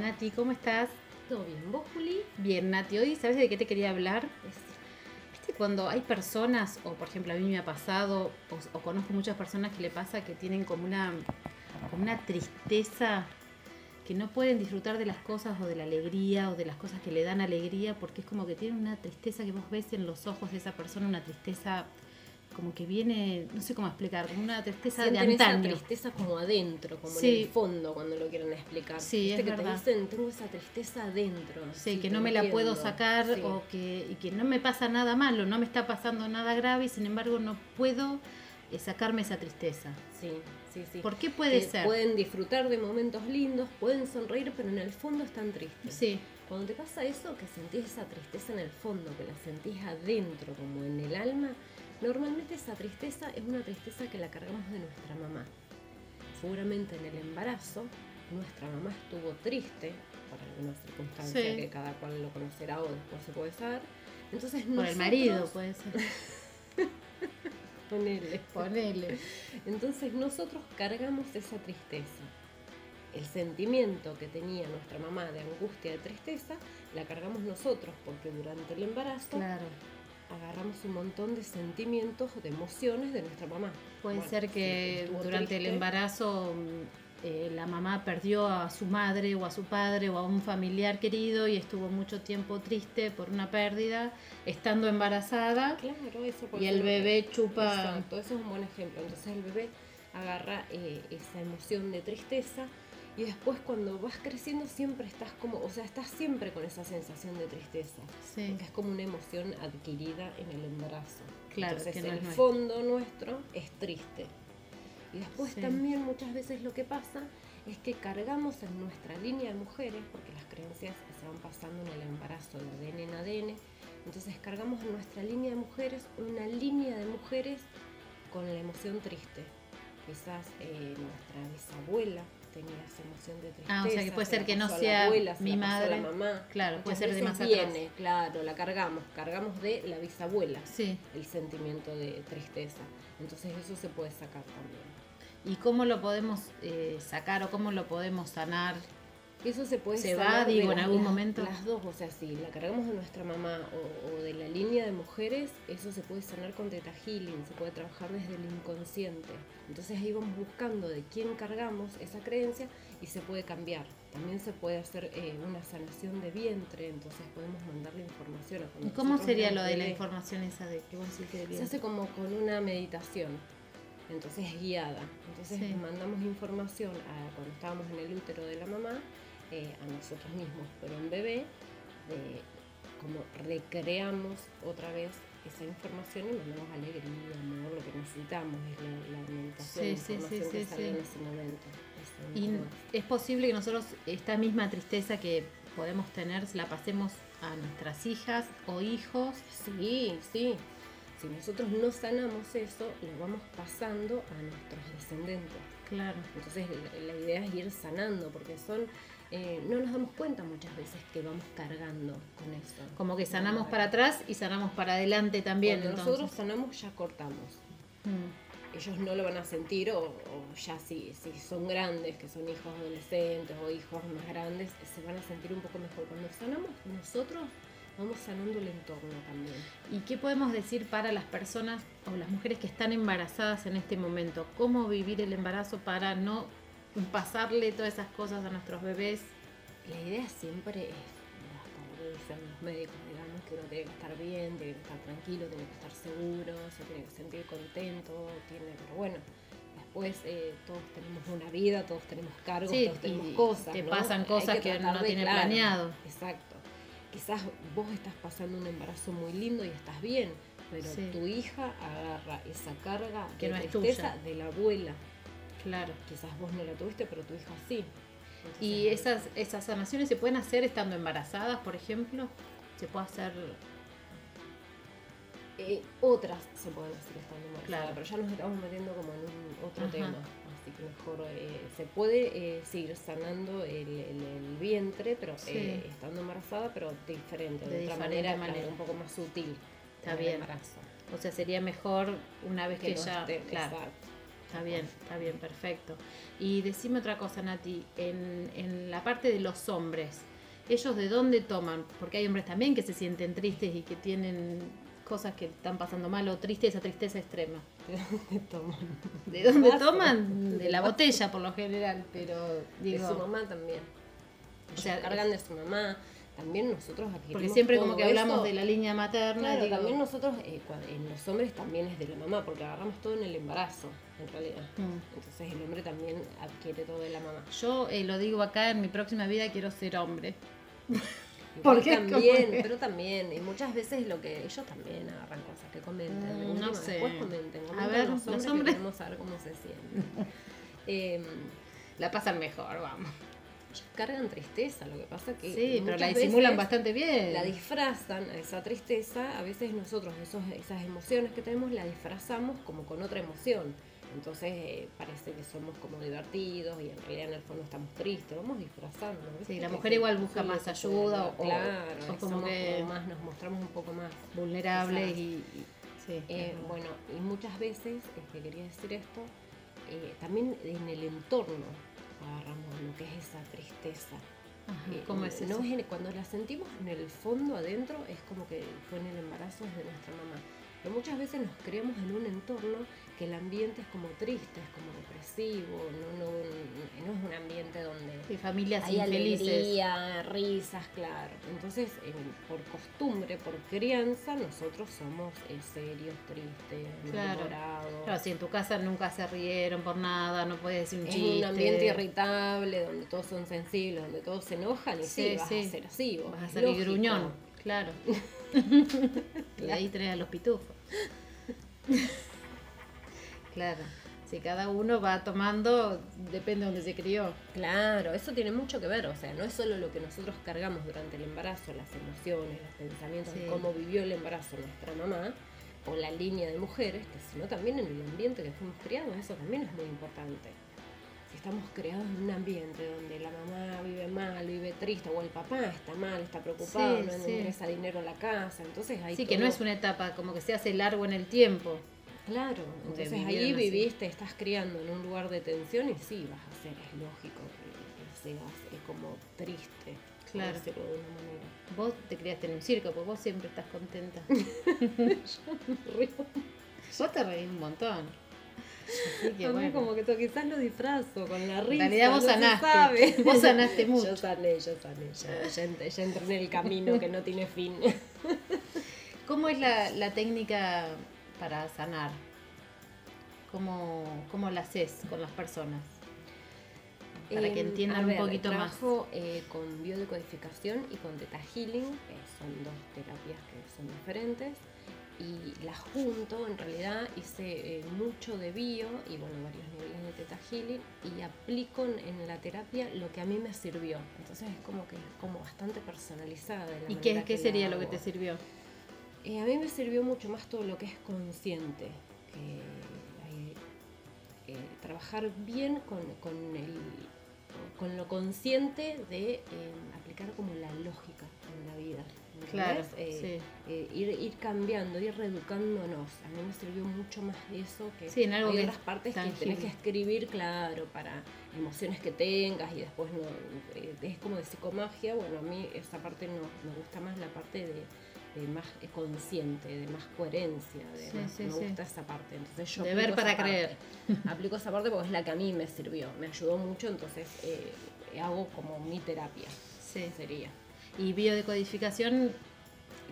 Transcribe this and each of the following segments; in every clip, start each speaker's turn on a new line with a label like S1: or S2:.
S1: Nati, ¿cómo estás?
S2: ¿Todo bien? ¿Vos, Juli?
S1: Bien, Nati, hoy ¿sabes de qué te quería hablar? Este,
S2: Decime.
S1: ¿Viste cuando hay personas, o por ejemplo a mí me ha pasado, o, o conozco muchas personas que le pasa que tienen como una, como una tristeza, que no pueden disfrutar de las cosas o de la alegría o de las cosas que le dan alegría, porque es como que tienen una tristeza que vos ves en los ojos de esa persona, una tristeza como que viene, no sé cómo explicar, como una tristeza
S2: Sienten
S1: de
S2: esa
S1: antaño.
S2: tristeza como adentro, como en
S1: Sí.
S2: el fondo, cuando lo quieren explicar.
S1: Sí,
S2: Viste
S1: es
S2: que
S1: verdad.
S2: te dicen, tengo esa tristeza adentro.
S1: Sí,
S2: Sí,
S1: que
S2: te
S1: no me la puedo
S2: entiendo.
S1: sacar
S2: Sí.
S1: o que, y que no me pasa nada malo, no me está pasando nada grave y sin embargo no puedo eh, sacarme esa tristeza.
S2: Sí, sí, sí.
S1: ¿Por qué puede
S2: Que
S1: ser?
S2: Pueden disfrutar de momentos lindos, pueden sonreír, pero en el fondo están tristes.
S1: Sí,
S2: Cuando te pasa eso, que sentís esa tristeza en el fondo, que la sentís adentro, como en el alma, normalmente esa tristeza es una tristeza que la cargamos de nuestra mamá. Seguramente en el embarazo, nuestra mamá estuvo triste por alguna circunstancia
S1: Sí.
S2: que cada cual lo conocerá o después se puede saber. Entonces,
S1: por el marido pues. puede ser.
S2: Ponele.
S1: Ponele.
S2: Entonces nosotros cargamos esa tristeza. El sentimiento que tenía nuestra mamá de angustia, de tristeza, la cargamos nosotros porque durante el embarazo
S1: Claro.
S2: agarramos un montón de sentimientos, de emociones de nuestra mamá.
S1: Puede
S2: Bueno,
S1: ser
S2: sí,
S1: que
S2: estuvo
S1: durante el
S2: triste.
S1: embarazo mm, eh, la mamá perdió a su madre o a su padre o a un familiar querido y estuvo mucho tiempo triste por una pérdida, estando embarazada
S2: Claro, eso puede
S1: y el
S2: ser-
S1: bebé chupa.
S2: Exacto, eso es un buen ejemplo. Entonces el bebé agarra eh, esa emoción de tristeza y después cuando vas creciendo siempre estás como, o sea, estás siempre con esa sensación de tristeza.
S1: Sí,
S2: Porque es como una emoción adquirida en el embarazo.
S1: Claro,
S2: Entonces,
S1: que no
S2: el
S1: es nuestra.
S2: fondo nuestro es triste. Y después
S1: Sí.
S2: también muchas veces lo que pasa es que cargamos en nuestra línea de mujeres, porque las creencias se van pasando en el embarazo de ADN en ADN, entonces cargamos en nuestra línea de mujeres una línea de mujeres con la emoción triste. Quizás eh, nuestra bisabuela tenía esa emoción de tristeza.
S1: Ah, o sea, que puede
S2: se la
S1: ser que no
S2: pasó a la
S1: sea
S2: abuela, se
S1: mi
S2: la pasó a la
S1: madre.
S2: mamá.
S1: claro, puede
S2: Muchas
S1: ser de
S2: veces
S1: más atrás.
S2: viene, claro, la cargamos, cargamos de la bisabuela
S1: Sí.
S2: el sentimiento de tristeza. Entonces eso se puede sacar también.
S1: ¿Y cómo lo podemos eh, sacar o cómo lo podemos sanar?
S2: Eso se puede
S1: ¿Se
S2: sanar
S1: va, digo,
S2: de
S1: en
S2: las-
S1: algún
S2: las-
S1: momento?
S2: Las dos, o sea, si la cargamos de nuestra mamá o, o de la línea de mujeres, eso se puede sanar con teta healing, se puede trabajar desde el inconsciente. Entonces ahí vamos buscando de quién cargamos esa creencia y se puede cambiar. También se puede hacer eh, una sanación de vientre, entonces podemos mandarle información a cuando
S1: ¿Y cómo
S2: nosotros
S1: sería lo
S2: éramos
S1: de la
S2: bebés.
S1: información esa de que vos decís que
S2: Se
S1: bien?
S2: hace como con una meditación, entonces es guiada. Entonces
S1: Sí.
S2: mandamos información a cuando estábamos en el útero de la mamá, eh, a nosotros mismos, pero en bebé, de como recreamos otra vez esa información y mandamos alegría, amor, lo que necesitamos, es la, la meditación,
S1: Sí,
S2: la
S1: sí, sí,
S2: información que
S1: sí,
S2: salió
S1: sí.
S2: en ese momento. Este, Eso,
S1: ¿Y
S2: nada más.
S1: es posible que nosotros esta misma tristeza que podemos tener la pasemos a nuestras hijas o hijos?
S2: Sí, sí. Si nosotros no sanamos eso, lo vamos pasando a nuestros descendentes.
S1: Claro.
S2: Entonces la, la idea es ir sanando, porque son, eh, no nos damos cuenta muchas veces que vamos cargando con eso.
S1: Como que sanamos
S2: Claro.
S1: para atrás y sanamos para adelante también.
S2: Cuando
S1: entonces.
S2: nosotros sanamos ya cortamos.
S1: Mm,
S2: Ellos no lo van a sentir o, o ya si, si son grandes, que son hijos adolescentes o hijos más grandes, se van a sentir un poco mejor. Cuando sanamos nosotros, vamos sanando el entorno también.
S1: ¿Y qué podemos decir para las personas o las mujeres que están embarazadas en este momento? ¿Cómo vivir el embarazo para no pasarle todas esas cosas a nuestros bebés?
S2: La idea siempre es, hasta lo que dicen los médicos, digamos, que uno tiene que estar bien, tiene que estar tranquilo, tiene que estar seguro, se tiene que sentir contento, tiene, pero bueno, después eh, todos tenemos una vida, todos tenemos cargos,
S1: Sí,
S2: todos tenemos
S1: y
S2: cosas.
S1: te
S2: ¿no?
S1: pasan
S2: Hay
S1: cosas que
S2: tratar
S1: no
S2: de-
S1: tiene planeado.
S2: Exacto. Quizás vos estás pasando un embarazo muy lindo y estás bien, pero
S1: Sí.
S2: tu hija agarra esa carga
S1: Que
S2: de
S1: no es
S2: tristeza
S1: tuya.
S2: de la abuela.
S1: Claro.
S2: Quizás vos no la tuviste, pero tu hija sí.
S1: ¿Y
S2: Entonces,
S1: esas, esas sanaciones se pueden hacer estando embarazadas, por ejemplo? ¿Se puede hacer?
S2: Eh, otras se pueden hacer estando embarazadas,
S1: Claro.
S2: pero ya nos estamos metiendo como en un otro
S1: Ajá.
S2: tema. Así que mejor eh, se puede eh, seguir sanando el, el- el vientre, pero
S1: Sí.
S2: eh, estando embarazada, pero diferente, de,
S1: De
S2: otra
S1: diferente
S2: manera,
S1: manera.
S2: claro, un poco más sutil.
S1: Está
S2: en el
S1: bien.
S2: embarazo.
S1: O sea, sería mejor una vez que,
S2: no
S1: ya...
S2: esté-
S1: claro.
S2: exacto.
S1: Está bien, está bien, perfecto. Y decime otra cosa, Nati, en, en la parte de los hombres, ¿ellos de dónde toman? Porque hay hombres también que se sienten tristes y que tienen cosas que están pasando mal o tristeza, tristeza extrema.
S2: ¿De dónde toman?
S1: ¿De dónde
S2: Vaso.
S1: toman? De la botella por lo general, pero
S2: de su
S1: digo,
S2: mamá también.
S1: O sea,
S2: Ellos cargan de su mamá. También nosotros adquirimos
S1: porque siempre como
S2: todo
S1: que hablamos
S2: eso.
S1: de la línea materna,
S2: Claro,
S1: digo,
S2: también nosotros, eh, cua- en los hombres también es de la mamá, porque agarramos todo en el embarazo, en realidad.
S1: Mm.
S2: Entonces el hombre también adquiere todo de la mamá.
S1: Yo eh, lo digo acá, en mi próxima vida quiero ser hombre.
S2: Igual
S1: Porque es como
S2: también,
S1: que-
S2: pero también, y muchas veces lo que ellos también agarran cosas que comenten, de
S1: Mm, no
S2: última,
S1: sé.
S2: después comenten, comenten
S1: ver,
S2: los
S1: los
S2: hombres, que
S1: hombres.
S2: queremos saber cómo se sienten. Em,
S1: La pasan mejor, vamos.
S2: ellos cargan tristeza, lo que pasa que
S1: Sí, pero
S2: muchas
S1: la disimulan
S2: veces
S1: bastante bien.
S2: la disfrazan a esa tristeza, a veces nosotros esos, esas emociones que tenemos la disfrazamos como con otra emoción. Entonces eh, parece que somos como divertidos y en realidad en el fondo estamos tristes, lo vamos disfrazando. ¿viste?
S1: Sí, la
S2: Que
S1: mujer igual
S2: sí,
S1: busca más
S2: sí,
S1: ayuda o- o-
S2: claro,
S1: o
S2: somos
S1: como
S2: como
S1: que-
S2: más, nos mostramos un poco más.
S1: vulnerables
S2: Quizás.
S1: y, y- sí,
S2: Eh,
S1: es verdad.
S2: bueno, y muchas veces, este, quería decir esto, eh, también en el entorno agarramos lo que es esa tristeza.
S1: Ajá,
S2: Eh,
S1: ¿cómo es
S2: no
S1: eso?
S2: es en- cuando la sentimos en el fondo adentro, es como que fue en el embarazo de nuestra mamá. Pero muchas veces nos creamos en un entorno que el ambiente es como triste, es como depresivo, no, no, no es un ambiente donde
S1: Sí, familias
S2: hay
S1: infelices.
S2: alegría, risas, claro. Entonces, eh, por costumbre, por crianza, nosotros somos eh, serios, tristes,
S1: Claro.
S2: malhumorados.
S1: Claro, si en tu casa nunca se rieron por nada, no puedes decir un
S2: Es
S1: chiste.
S2: un ambiente irritable, donde todos son sensibles, donde todos se enojan y sí,
S1: Sí,
S2: vas
S1: sí.
S2: a ser así. vos,
S1: Vas a
S2: es
S1: salir
S2: lógico.
S1: gruñón, claro. y ahí trae a los pitufos. claro. Si cada uno va tomando, depende de donde se crió.
S2: Claro, eso tiene mucho que ver, o sea, no es solo lo que nosotros cargamos durante el embarazo, las emociones, los pensamientos,
S1: Sí.
S2: cómo vivió el embarazo nuestra mamá o la línea de mujeres, que sino también en el ambiente que fuimos criados, eso también es muy importante. Si estamos creados en un ambiente donde la mamá vive mal, vive triste, o el papá está mal, está preocupado,
S1: Sí,
S2: no
S1: sí.
S2: ingresa dinero a la casa, entonces hay
S1: Así que no
S2: todo-
S1: es una etapa, como que se hace largo en el tiempo.
S2: Claro,
S1: Porque
S2: entonces ahí
S1: vivieron así.
S2: viviste, estás criando en un lugar de tensión y sí, vas a ser, es lógico que, que seas eh, como triste, por
S1: Claro.
S2: decirlo de una manera.
S1: Vos te criaste en un circo, porque vos siempre estás contenta. vos te reís un montón. Así que
S2: A mí
S1: bueno.
S2: como que to- quizás lo disfrazo con la risa.
S1: realidad vos
S2: no se
S1: sanaste,
S2: sabe.
S1: vos sanaste
S2: Yo
S1: mucho.
S2: sané, yo sané, ya, ya, ent- ya entré en el camino que no tiene fin.
S1: ¿Cómo es la, la técnica para sanar? ¿Cómo, cómo la haces con las personas? Para que
S2: Em,
S1: entiendan
S2: a
S1: un
S2: ver,
S1: poquito
S2: trabajo, eh, con biodecodificación y con Theta Healing, que son dos terapias que son diferentes. Y las junto, en realidad hice eh, mucho de bio y bueno, varios niveles de Theta Healing y aplico en, en la terapia lo que a mí me sirvió. Entonces es como que como bastante personalizada. de la
S1: más. ¿Y
S2: manera
S1: qué, qué
S2: la
S1: sería lo que
S2: hago.
S1: te sirvió?
S2: Eh, a mí me sirvió mucho más todo lo que es consciente. que hay, eh, trabajar bien con, con, el, con lo consciente de eh, aplicar como la lógica en la vida. ¿entendés? Eh, eh, ir, ir cambiando, ir reeducándonos. A mí me sirvió mucho más eso que
S1: Sí, en algo
S2: hay
S1: que
S2: otras
S1: es
S2: partes que
S1: tangible.
S2: tenés que escribir, claro, para emociones que tengas y después no eh, es como de psicomagia. Bueno, a mí esa parte no me gusta más la parte de, de más eh, consciente, de más coherencia, de
S1: Sí,
S2: más-
S1: sí,
S2: me
S1: sí.
S2: gusta esa parte. Entonces yo
S1: De
S2: aplico
S1: ver para
S2: esa parte.
S1: creer.
S2: Aplico esa parte porque es la que a mí me sirvió, me ayudó mucho, entonces eh, hago como mi terapia,
S1: Sí.
S2: sería.
S1: ¿Y biodecodificación?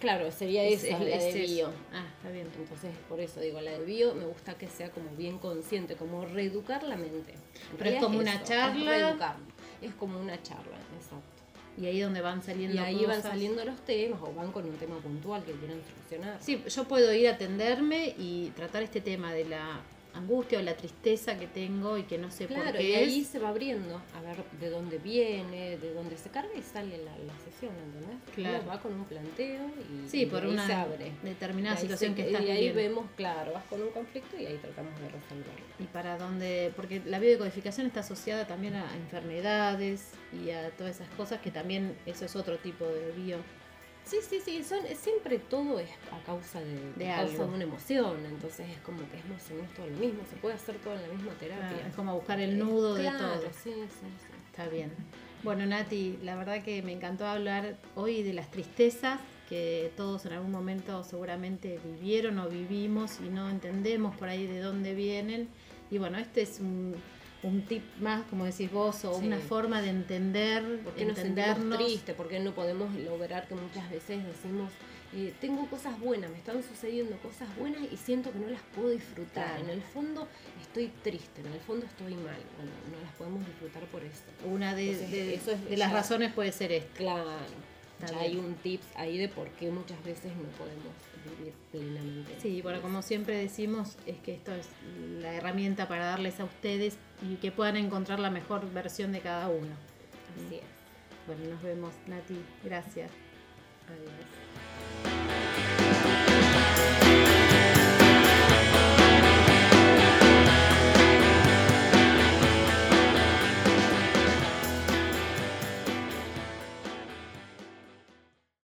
S2: Claro, sería
S1: es-
S2: esa,
S1: es-
S2: la de
S1: es eso.
S2: bio.
S1: Ah, está bien.
S2: Entonces, por eso digo, la de bio me gusta que sea como bien consciente, como reeducar la mente. En
S1: Pero es
S2: realidad
S1: como una charla.
S2: Es reeducar, es como una charla, exacto.
S1: Y ahí donde van saliendo
S2: Y ahí van
S1: cosas.
S2: saliendo los temas o van con un tema puntual que quieran solucionar.
S1: Sí, yo puedo ir a atenderme y tratar este tema de la angustia o la tristeza que tengo y que no sé por
S2: claro,
S1: qué
S2: y ahí
S1: es.
S2: se va abriendo a ver de dónde viene, de dónde se carga y sale la, la sesión, ¿entendés?
S1: Claro.
S2: Uno va con un planteo y,
S1: Sí,
S2: y
S1: por
S2: de ahí
S1: una
S2: se abre.
S1: determinada
S2: Y ahí
S1: situación
S2: se-
S1: que estás
S2: Y ahí
S1: viviendo.
S2: vemos, claro, vas con un conflicto y ahí tratamos de resolverlo.
S1: Y para donde, porque la biodecodificación está asociada también a enfermedades y a todas esas cosas que también eso es otro tipo de bio.
S2: Sí, sí, sí, son, siempre todo es a causa de,
S1: De
S2: a causa
S1: algo.
S2: de una emoción, entonces es como que es más o menos todo lo mismo, se puede hacer todo en la misma
S1: Ah,
S2: terapia.
S1: es como buscar el nudo de
S2: Claro,
S1: todo.
S2: Sí, sí, sí.
S1: Está bien. Bueno, Nati, la verdad que me encantó hablar hoy de las tristezas que todos en algún momento seguramente vivieron o vivimos y no entendemos por ahí de dónde vienen. Y bueno, este es un, un tip más, como decís vos, o
S2: Sí.
S1: una forma de entender,
S2: ¿Por qué nos sentimos
S1: entendernos.
S2: tristes? ¿Por qué no podemos lograr que muchas veces decimos, eh, tengo cosas buenas, me están sucediendo cosas buenas y siento que no las puedo disfrutar?
S1: Claro.
S2: En el fondo estoy triste, en el fondo estoy mal. Bueno, no las podemos disfrutar por eso.
S1: Una de,
S2: Entonces,
S1: de-
S2: eso es-
S1: de las
S2: ya-
S1: razones puede ser esta.
S2: Claro.
S1: Está
S2: Ya
S1: bien.
S2: hay un tips ahí de por qué muchas veces no podemos vivir plenamente.
S1: Sí, bueno, como siempre decimos, es que esto es la herramienta para darles a ustedes y que puedan encontrar la mejor versión de cada uno.
S2: Así es.
S1: Bueno, nos vemos, Nati. Gracias.
S2: Adiós.